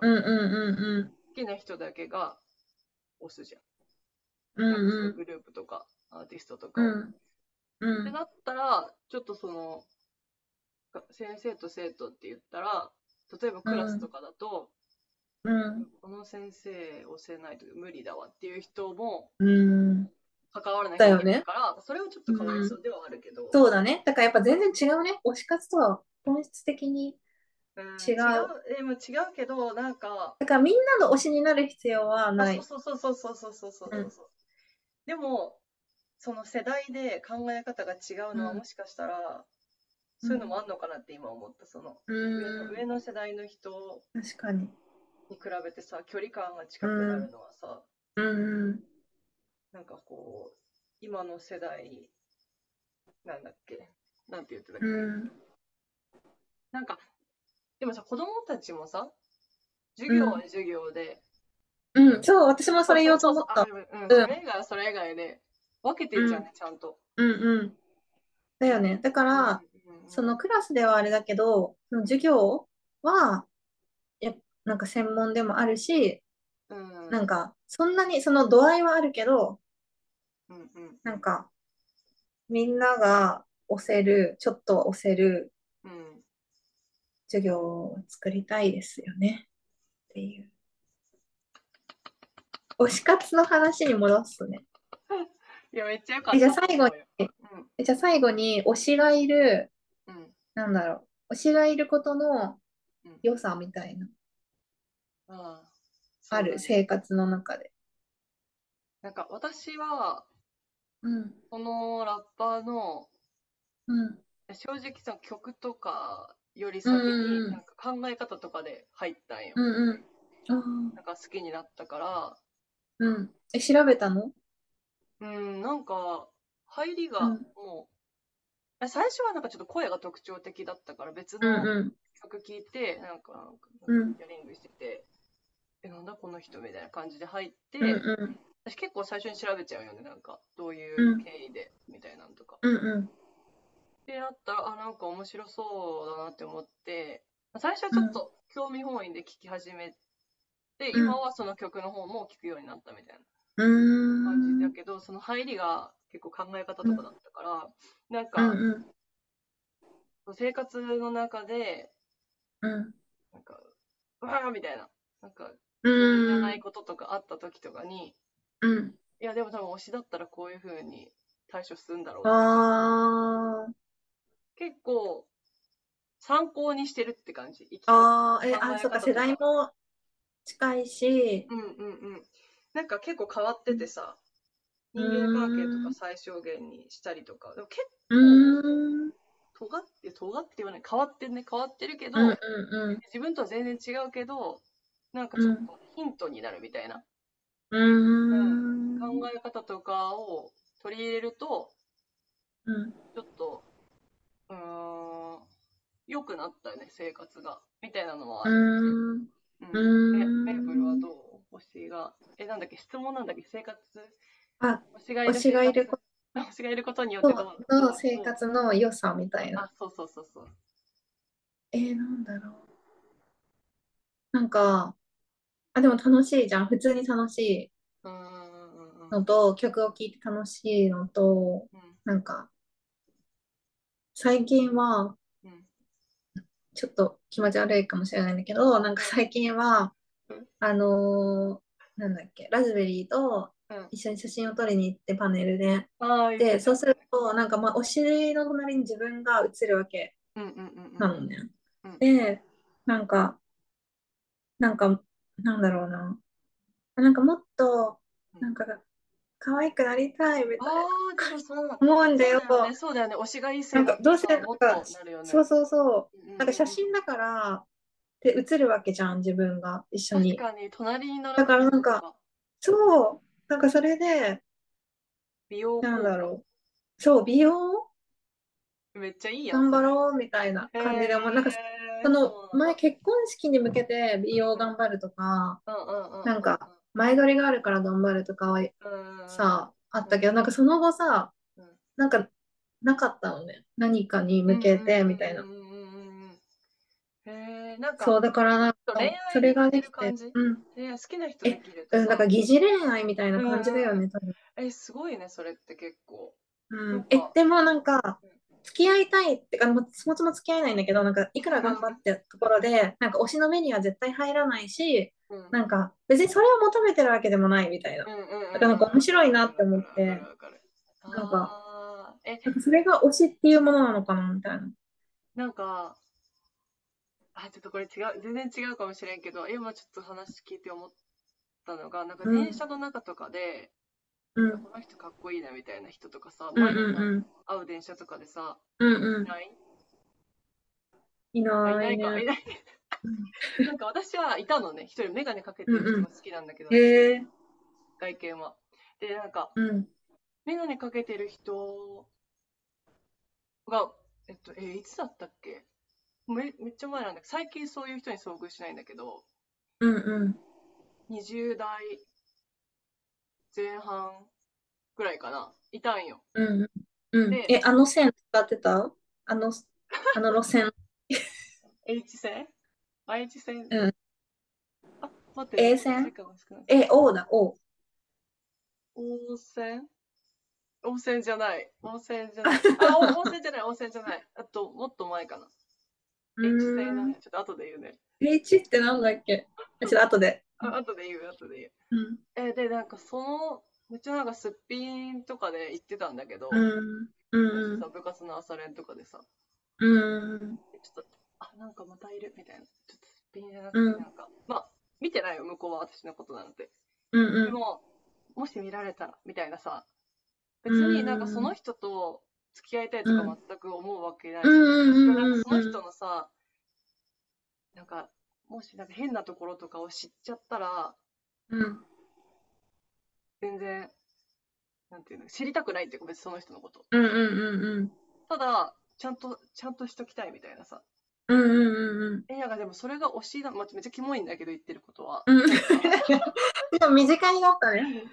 Speaker 3: うんうんう
Speaker 2: 好
Speaker 3: ん
Speaker 2: きな人だけが推すじゃん。
Speaker 3: うん。うん
Speaker 2: そうの
Speaker 3: ん。
Speaker 2: グループとか、アーティストとかを。
Speaker 3: う
Speaker 2: っ
Speaker 3: ん。う
Speaker 2: て
Speaker 3: ん。
Speaker 2: なったら、ちょっとその、が先生と生徒って言ったら、例えばクラスとかだと、
Speaker 3: うん。
Speaker 2: この先生推せないと無理だわっていう人も
Speaker 3: うん。
Speaker 2: 関わらない
Speaker 3: だよ
Speaker 2: 人
Speaker 3: ね
Speaker 2: いるから、それはちょっとかわいそうではあるけど。
Speaker 3: そうだね。だからやっぱ全然違うね。推し活とは本質的に
Speaker 2: うん
Speaker 3: 違
Speaker 2: 違
Speaker 3: う
Speaker 2: う。でも違うけど、なんか、
Speaker 3: だからみんなの推しになる必要は
Speaker 2: あ
Speaker 3: ない。
Speaker 2: そうそうそうそうそうそうそうそう
Speaker 3: うん
Speaker 2: でも、その世代で考え方が違うのは
Speaker 3: うん
Speaker 2: もしかしたら、そういうのもあんのかなって今思った。その、
Speaker 3: う
Speaker 2: 上の
Speaker 3: ん
Speaker 2: 上の世代の人
Speaker 3: 確かに。
Speaker 2: に比べてさ、距離感が近くなるのはさ、
Speaker 3: うんうん。
Speaker 2: なんかこう、今の世代、なんだっけ、なんて言ってたっけ、
Speaker 3: うん。
Speaker 2: なんか、でもさ、子供たちもさ、授業は授業で、
Speaker 3: うん、そう、私もそれ言おうと思っ
Speaker 2: あ
Speaker 3: た。
Speaker 2: うん、それ以外はそれ以外で、分けていっちゃうね、ちゃんと。
Speaker 3: うんうん。だよね。だから、
Speaker 2: うん、うん
Speaker 3: その、クラスではあれだけど、その授業は、やっなんか専門でもあるし、
Speaker 2: うん、
Speaker 3: なん
Speaker 2: か、
Speaker 3: か、そんなにその度合いはあるけど、
Speaker 2: うんうん、
Speaker 3: なんか、みんなが押せる、ちょっと押せる
Speaker 2: うん、
Speaker 3: 授業を作りたいですよね。っていう。推し活の話に戻すとね。
Speaker 2: いや、めっちゃよかった。
Speaker 3: えじゃあ最後に
Speaker 2: うん、
Speaker 3: じゃあ最後に推しがいる、
Speaker 2: うん、
Speaker 3: なんだろう、推しがいることの
Speaker 2: うん
Speaker 3: 良さみたいな、
Speaker 2: ああ
Speaker 3: あ
Speaker 2: そうだね
Speaker 3: る、生活の中で。
Speaker 2: なんか、私は、
Speaker 3: うん、
Speaker 2: このラッパーの、
Speaker 3: うん、
Speaker 2: 正直さ、曲とかより先
Speaker 3: うんうんう
Speaker 2: に、
Speaker 3: ん
Speaker 2: なんか考え方とかで入ったんよ。
Speaker 3: うん、うん。ああ、
Speaker 2: なんか好きになったから、
Speaker 3: うん。え、調べたの
Speaker 2: うん、なんか、入りが
Speaker 3: うん
Speaker 2: もう、え最初はなんかちょっと声が特徴的だったから、別
Speaker 3: うん、
Speaker 2: の
Speaker 3: うん、
Speaker 2: 曲聴いて、なんか、なんか
Speaker 3: うん
Speaker 2: リングしてて、え、なんだこの人みたいな感じで入って、
Speaker 3: うん、うん、
Speaker 2: 私結構最初に調べちゃうよね、なんか、どういう経緯で、みたいなのとか。
Speaker 3: うん、うん、
Speaker 2: で、あったら、あ、なんか面白そうだなって思って、最初はちょっと興味本位で聴き始めて、
Speaker 3: うん
Speaker 2: 今はその曲の方も聴くようになったみたいな。
Speaker 3: う
Speaker 2: 感じ
Speaker 3: ー
Speaker 2: だ
Speaker 3: ん、
Speaker 2: けど、その入りが結構考え方とかだったから、なん
Speaker 3: うん、
Speaker 2: か、
Speaker 3: うん、
Speaker 2: 生活の中で、
Speaker 3: うん、
Speaker 2: なんか、うわーみたいな、なんか、
Speaker 3: う
Speaker 2: いら
Speaker 3: ーん、
Speaker 2: ないこととかあった時とかに、
Speaker 3: うん。
Speaker 2: いや、でも多分推しだったらこういう風に対処するんだろうな。
Speaker 3: あ
Speaker 2: 結構、参考にしてるって感じ。生き
Speaker 3: あ、ああ、え、あ、そっか、
Speaker 2: 考え方と
Speaker 3: 世代も近いし、
Speaker 2: うんうんうん。なんか結構変わっててさ、人間関係とか最小限にしたりとか、でも結
Speaker 3: うーん、
Speaker 2: 構尖って、尖って言わない。変わってんね、変わってるけど、
Speaker 3: うん、うん、
Speaker 2: 自分とは全然違うけど、なんかちょっとヒントになるみたいな、
Speaker 3: うん、うーん、
Speaker 2: 考え方とかを取り入れると、
Speaker 3: うん。
Speaker 2: ちょっと、うーん、良くなったよね、生活が。みたいなのはある。
Speaker 3: うーん。
Speaker 2: うん
Speaker 3: うーん
Speaker 2: えメープルはどう星が。え、なんだっけ、質問なんだっけ、生活。
Speaker 3: あ、
Speaker 2: 星が
Speaker 3: 推しがいるこ
Speaker 2: 生活。推し [LAUGHS] がいることによってどう
Speaker 3: との生活の良さみたいな。
Speaker 2: あ、そうそうそうそう。
Speaker 3: えー、なんだろう。なんか、あ、でも楽しいじゃん。普通に楽し
Speaker 2: うーんうんうん
Speaker 3: いのと、曲を聴いて楽しいのと、なんか、最近は、
Speaker 2: うんうん
Speaker 3: ちょっと気持ち悪いかもしれないんだけど、なんか最近は
Speaker 2: うん、
Speaker 3: あのーなんだっけ、ラズベリーと
Speaker 2: うん
Speaker 3: 一緒に写真を撮りに行ってパネルで。
Speaker 2: あー言って
Speaker 3: で、
Speaker 2: た
Speaker 3: そうすると、なんかまあ、お尻の隣に自分が映るわけ。
Speaker 2: うんうんうんうん。
Speaker 3: なのね
Speaker 2: うん。
Speaker 3: で、なんか、なんか、なんだろうな。なんかもっと、なんか、可愛くなりたいみたい
Speaker 2: あ
Speaker 3: な
Speaker 2: あ、でもそうなん
Speaker 3: 思うんだよ。
Speaker 2: そうだよね。推しがいい
Speaker 3: な
Speaker 2: 生
Speaker 3: んか、どうせ、なん
Speaker 2: もっ
Speaker 3: か
Speaker 2: と、なるよね。
Speaker 3: そうそうそうう。
Speaker 2: う
Speaker 3: なんか写真だから、で、映るわけじゃん、自分が一緒に。
Speaker 2: 確かに、隣になる
Speaker 3: だからなんか、そう。なんかそれで、
Speaker 2: 美容
Speaker 3: なんだろう。そう、美容
Speaker 2: う。めっちゃいいやん。
Speaker 3: 頑張ろうみたいな感じで、もうなんか、その前結婚式に向けて美容頑張るとか、なんか、前撮りがあるから頑張るとかはさあったけどなんかその後さ
Speaker 2: うん
Speaker 3: なんかなかったのね何かに向けてみたいな
Speaker 2: へえ、なんか、
Speaker 3: そうだからなんか
Speaker 2: 恋愛
Speaker 3: それができ
Speaker 2: できてる感
Speaker 3: て
Speaker 2: じ
Speaker 3: うん
Speaker 2: ね好きな人できると
Speaker 3: うん
Speaker 2: さ
Speaker 3: なんか疑似恋愛みたいな感じだよね多分
Speaker 2: え、すごいね、それって結構。
Speaker 3: う
Speaker 2: なんんか
Speaker 3: えでもなんか
Speaker 2: うん
Speaker 3: 付き合いたいってかもうそもそも付き合えないんだけどなんかいくら頑張ってところでなんか推しの目には絶対入らないし
Speaker 2: うんうん
Speaker 3: なんか別にそれを求めてるわけでもないみたいな
Speaker 2: うんうん
Speaker 3: だからなんか面白いなって思って
Speaker 2: わかるわかるわかる
Speaker 3: なんか
Speaker 2: あーえ、
Speaker 3: それが推しっていうものなのかなみたいな
Speaker 2: なんか、あ、ちょっとこれ違う、全然違うかもしれんけど、今ちょっと話聞いて思ったのが、なんか電車の中とかで、
Speaker 3: うん
Speaker 2: この人かっこいいなみたいな人とかさ、
Speaker 3: うん
Speaker 2: 前
Speaker 3: う
Speaker 2: にさ
Speaker 3: ん
Speaker 2: 会う電車とかでさ、
Speaker 3: うんうんう
Speaker 2: い
Speaker 3: ん
Speaker 2: ない
Speaker 3: い
Speaker 2: あい
Speaker 3: な
Speaker 2: ないいか、い
Speaker 3: ね
Speaker 2: ない。 [LAUGHS] なんか私はいたのね、一人メガネかけてる人が好きなんだけど、
Speaker 3: へえ
Speaker 2: 外見は。で、なんか、
Speaker 3: うん
Speaker 2: メガネかけてる人が、えっと、え、いつだったっけめめっちゃ前なんだけど、最近そういう人に遭遇しないんだけど、
Speaker 3: うんうん
Speaker 2: 20代前半ぐらいかな、いたんよ。
Speaker 3: うんうん
Speaker 2: で
Speaker 3: えあの線使ってたあのあの路線
Speaker 2: H 線 ?H 線
Speaker 3: うん
Speaker 2: あ、待って、
Speaker 3: A 線
Speaker 2: 時間が少ない
Speaker 3: え O だ O
Speaker 2: 温泉温泉じゃない。温泉じゃ
Speaker 3: [LAUGHS]
Speaker 2: ない。あ、お温泉じゃない、温泉じゃない。あと、もっと前かな。
Speaker 3: う
Speaker 2: H 線だ
Speaker 3: ーん
Speaker 2: ね。ちょっと後で言うね。
Speaker 3: H ってなんだっけあちょっと後で
Speaker 2: あ、後で言う、後で言う。
Speaker 3: うん
Speaker 2: えーで、なんかその、めっちゃなんかすっぴんとかで行ってたんだけど、
Speaker 3: うんうん
Speaker 2: さ部活の朝練とかでさ、
Speaker 3: うん
Speaker 2: ちょっと、あ、なんかまたいるみたいな。ちょっとすっぴんじゃなくて、
Speaker 3: うん
Speaker 2: なんか、まあ、見てないよ、向こうは私のことなんて。
Speaker 3: うんう
Speaker 2: で
Speaker 3: ん
Speaker 2: も、もし見られたら、みたいなさ、別になんかその人と付き合いたいとか全く思うわけないし、
Speaker 3: うんうんうん
Speaker 2: でもなんかその
Speaker 3: うん
Speaker 2: 人のさ、なんか、もしなんか変なところとかを知っちゃったら、
Speaker 3: うん
Speaker 2: 全然、なんていうの、知りたくないっていうか、別にその人のこと。
Speaker 3: うんうんうん
Speaker 2: ただ、ちゃんと、ちゃんとしときたいみたいなさ。
Speaker 3: うんうんうんうん
Speaker 2: え、なんかでもそれが推しだ、まあ、めっちゃキモいんだけど言ってることは。
Speaker 3: うんでも短いだったね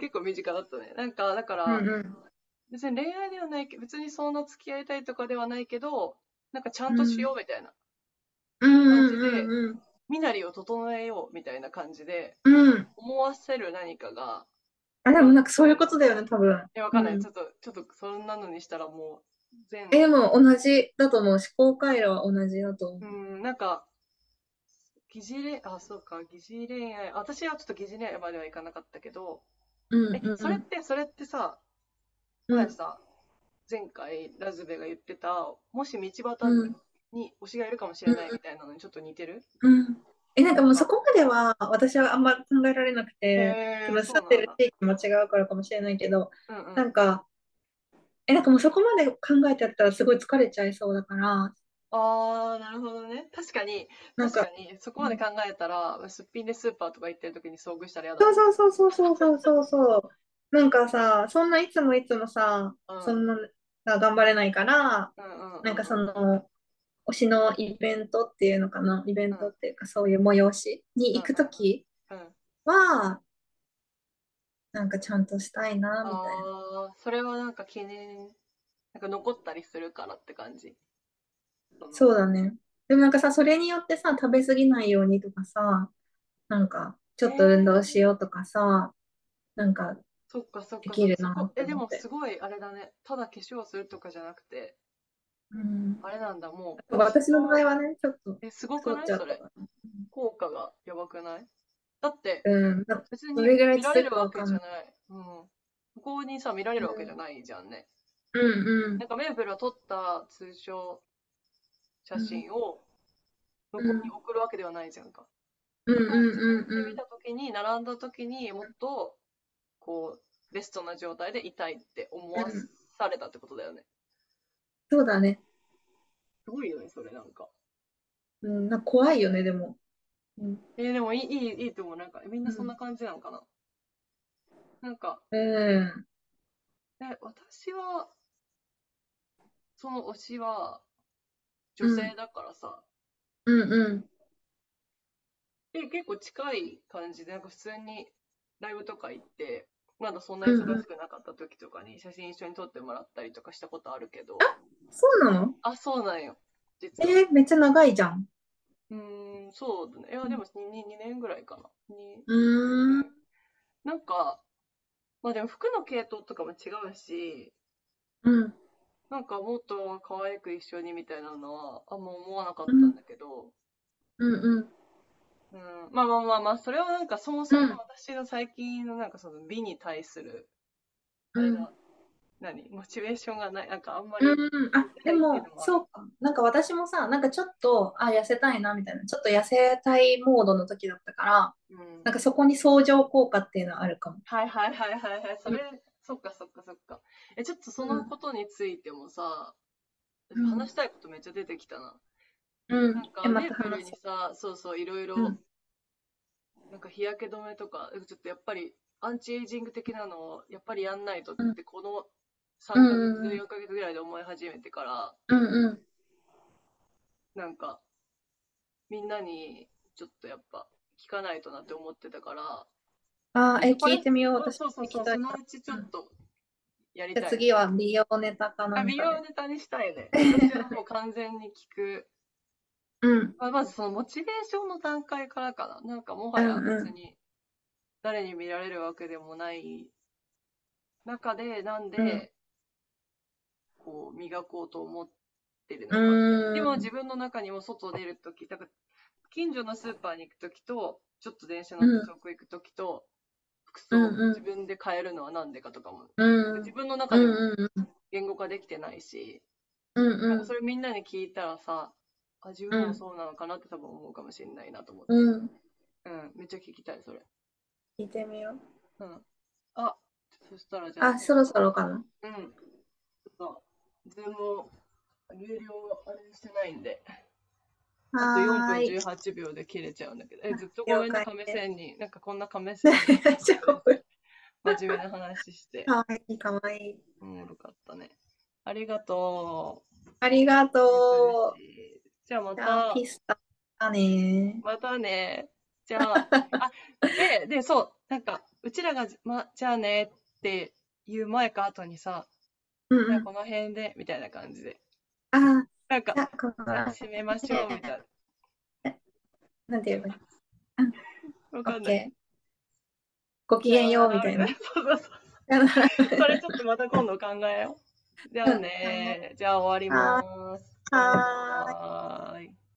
Speaker 2: 結構身近だったね。なんか、だから、
Speaker 3: 本当にうん
Speaker 2: 別に恋愛ではないけど、別にそんな付き合いたいとかではないけど、なんかちゃんとしようみたいな。
Speaker 3: うんうん
Speaker 2: 感じで
Speaker 3: うんうん
Speaker 2: 身なりを整えようみたいな感じで、
Speaker 3: うんうん
Speaker 2: 思わせる何かが、
Speaker 3: あでもなんかそういうことだよね多分
Speaker 2: え、わかんない。
Speaker 3: うん
Speaker 2: ちょっと、ちょっと、そんなのにしたらもう、全、
Speaker 3: えでも同じだと思う思考回路は同じだと思
Speaker 2: う、
Speaker 3: うん
Speaker 2: なんか、疑似恋あ、そうか、疑似恋愛。私はちょっと疑似恋愛まではいかなかったけど、
Speaker 3: うん
Speaker 2: え
Speaker 3: うんう、ん
Speaker 2: それって、それってさ、
Speaker 3: うん
Speaker 2: まやさ、前回ラズベが言ってた、もし道端に推しがいるかもしれないみたいなのにちょっと似てる
Speaker 3: うんえなんかもうそこまでは私はあんま考えられなくて
Speaker 2: へ
Speaker 3: 多
Speaker 2: ー
Speaker 3: 分
Speaker 2: そうな
Speaker 3: 住
Speaker 2: んん
Speaker 3: でる
Speaker 2: だ。
Speaker 3: 地域も違うからかもしれないけど
Speaker 2: うんうん。
Speaker 3: なんかえなんかもうそこまで考えちゃったらすごい疲れちゃいそうだから
Speaker 2: ああ、なるほどね。確かに、
Speaker 3: なん
Speaker 2: 確
Speaker 3: か
Speaker 2: かに、そこまで考えたら、すっぴんでスーパーとか行ってる時に遭遇したら嫌だ
Speaker 3: そ
Speaker 2: な。
Speaker 3: うそうそうそうそうそうそうそう。なんかさ、そんないつもいつもさ、
Speaker 2: うん
Speaker 3: そんなさ頑張れないから、
Speaker 2: うんうん
Speaker 3: なんかそ
Speaker 2: うん
Speaker 3: の推しのイベントっていうのかな、イベントっていうかそういう催しに行くとき
Speaker 2: うん。
Speaker 3: は、なんかちゃんとしたいなみたいな。
Speaker 2: ああ、それはなんか記念、なんか残ったりするからって感じ。
Speaker 3: そう
Speaker 2: う。
Speaker 3: だね。でもなんかさ、それによってさ、食べ過ぎないようにとかさ、なんかちょっと運動しようとかさ、なんか、
Speaker 2: そっかそっ
Speaker 3: で
Speaker 2: か。
Speaker 3: きるな
Speaker 2: そこ
Speaker 3: と思って
Speaker 2: え、でもすごいあれだね。ただ化粧するとかじゃなくて、
Speaker 3: うん、
Speaker 2: あれなんだ、もう。
Speaker 3: 私の場合はね、ちょっと
Speaker 2: え、すごく
Speaker 3: 太
Speaker 2: な
Speaker 3: っ
Speaker 2: い
Speaker 3: ちゃう
Speaker 2: それ
Speaker 3: か。ら。
Speaker 2: 効果がやばくないだって、
Speaker 3: うん、なんか
Speaker 2: 別に
Speaker 3: どれぐらい
Speaker 2: 見られ
Speaker 3: 続
Speaker 2: る
Speaker 3: くか
Speaker 2: わ
Speaker 3: わ
Speaker 2: け
Speaker 3: かん
Speaker 2: じ
Speaker 3: な
Speaker 2: ゃ
Speaker 3: い
Speaker 2: ない。うん。向こうにさ、見られるわけじゃないじゃんね。
Speaker 3: うんうん
Speaker 2: なんかメープルは撮った通称写真を向
Speaker 3: ん
Speaker 2: こうに送るわけではないじゃんか。
Speaker 3: うんうん
Speaker 2: で
Speaker 3: うんう
Speaker 2: 見
Speaker 3: ん
Speaker 2: た時に、並んだ時にもっと、こう、ベストな状態でいたいって思わされたってことだよね。
Speaker 3: そうだね、
Speaker 2: すごいよね、それなんか。
Speaker 3: うん、なんか怖いよねでも、うん
Speaker 2: えーでもいい、いい、いいと思う。なんか、みんなそんな感じなのかな。なんか、
Speaker 3: うん
Speaker 2: え、私は、その推しは、女性だからさ、
Speaker 3: うんうん
Speaker 2: で、結構近い感じで、なんか普通にライブとか行って、まだそんな忙しくなかった時とかに写真一緒に撮ってもらったりとかしたことあるけど、
Speaker 3: そうなの
Speaker 2: あ、そうなんよ。実
Speaker 3: え
Speaker 2: は。
Speaker 3: ー、めっちゃ長いじゃん
Speaker 2: うーん、そうだね。いや、でも 2, に2年ぐらいかな。に
Speaker 3: うーん
Speaker 2: なんか、まあでも服の系統とかも違うし、
Speaker 3: うん
Speaker 2: なんかもっと可愛く一緒にみたいなのはあんま思わなかったんだけど、
Speaker 3: うんうん
Speaker 2: うん、まあまあまあまあ、それはなんかそもそも
Speaker 3: うん
Speaker 2: 私の最近のなんかその美に対する、あ
Speaker 3: う
Speaker 2: れ
Speaker 3: ん
Speaker 2: だ何モチベーションがないなんかあんまり、
Speaker 3: うんうん、あでもそうかなんか私もさなんかちょっとあ痩せたいなみたいなちょっと痩せたいモードの時だったから、
Speaker 2: うん
Speaker 3: なんかそこに相乗効果っていうのはあるかも
Speaker 2: はいはいはいはいはいそれ、
Speaker 3: う
Speaker 2: そっかそっかそっかえちょっとそのことについてもさ、
Speaker 3: うん
Speaker 2: 話したいことめっちゃ出てきたな、
Speaker 3: うん
Speaker 2: なんか
Speaker 3: えま
Speaker 2: メー
Speaker 3: た
Speaker 2: プル
Speaker 3: 話
Speaker 2: に
Speaker 3: そ
Speaker 2: さそうそういろいろ、
Speaker 3: うん
Speaker 2: なんか日焼け止めとかちょっとやっぱりアンチエイジング的なのをやっぱりやんないと
Speaker 3: う
Speaker 2: っ
Speaker 3: ん
Speaker 2: てこの3
Speaker 3: うん
Speaker 2: ヶ
Speaker 3: うんう
Speaker 2: 月
Speaker 3: ん
Speaker 2: 4ヶ月ぐらいで思い始めてから
Speaker 3: ううんうん
Speaker 2: なんかみんなにちょっとやっぱ聞かないとなって思ってたから
Speaker 3: あーえ
Speaker 2: これ
Speaker 3: 聞いてみよう私
Speaker 2: そうそうそう
Speaker 3: 聞きたい
Speaker 2: そのうちちょっとやり
Speaker 3: じゃ
Speaker 2: た
Speaker 3: あ
Speaker 2: い、
Speaker 3: 次は美容ネタかな
Speaker 2: あ
Speaker 3: んか
Speaker 2: 美
Speaker 3: で
Speaker 2: 容ネタにしたい
Speaker 3: [LAUGHS]
Speaker 2: ね私はもう完全に聞く
Speaker 3: うん
Speaker 2: まあ、まずそのモチベーションの段階からかな。なんかもはや
Speaker 3: うんうん
Speaker 2: 別に誰に見られるわけでもない中で、なんで、
Speaker 3: うん
Speaker 2: こう磨こうと思ってるの
Speaker 3: う
Speaker 2: か。
Speaker 3: ーん
Speaker 2: でも自分の中にも外出るとき、だから近所のスーパーに行くときと、ちょっと電車乗って遠く行くときと、服装
Speaker 3: うんうん
Speaker 2: 自分で変えるのはなんでかとかも、
Speaker 3: うん
Speaker 2: 自分の中
Speaker 3: うん
Speaker 2: で
Speaker 3: う
Speaker 2: も
Speaker 3: んうん
Speaker 2: 言語化できてないし、
Speaker 3: うん
Speaker 2: なん
Speaker 3: う
Speaker 2: か
Speaker 3: ん
Speaker 2: それみんなに聞いたらさ、あ、自分もそうなのかなって多分思うかもしれないなと思って。
Speaker 3: うん
Speaker 2: うん、めっちゃ聞きたい、それ。
Speaker 3: 聞いてみよう
Speaker 2: うん。あ、そしたらじゃあ、
Speaker 3: あそろそろかな
Speaker 2: うん。ちょっと、ズームを、有料あれしてないんで、あと
Speaker 3: はーい
Speaker 2: 4分18秒で切れちゃうんだけど、え、ずっとごめんね、
Speaker 3: 了解
Speaker 2: 亀
Speaker 3: です
Speaker 2: 仙人。なんかこんな亀仙
Speaker 3: 大 [LAUGHS] 丈夫
Speaker 2: 人。真面目な話して、
Speaker 3: かわいいかわいい
Speaker 2: おもろかったね。ありがと
Speaker 3: ありが
Speaker 2: う。
Speaker 3: とう
Speaker 2: じゃあま
Speaker 3: じゃ
Speaker 2: た
Speaker 3: あ。ピスタだね
Speaker 2: またね。じゃ
Speaker 3: [LAUGHS]
Speaker 2: あ、あ、で、で、そう、なんか、うちらが、ま、じゃあねって言う前か後にさ、
Speaker 3: うん
Speaker 2: じゃ
Speaker 3: う
Speaker 2: あ
Speaker 3: ん
Speaker 2: この辺で、みたいな感じで。
Speaker 3: あ
Speaker 2: なんか
Speaker 3: じ、ゃあここは
Speaker 2: 締めましょう、みたいな。
Speaker 3: なんて言えばいい
Speaker 2: わ
Speaker 3: オ
Speaker 2: かん
Speaker 3: ッ
Speaker 2: ない。
Speaker 3: ケーごきげんようみたいな。
Speaker 2: そうそうそう。それちょっとまた今度考えよう。じゃあね。じゃあ終わります。
Speaker 3: はー
Speaker 2: は
Speaker 3: い
Speaker 2: ーい。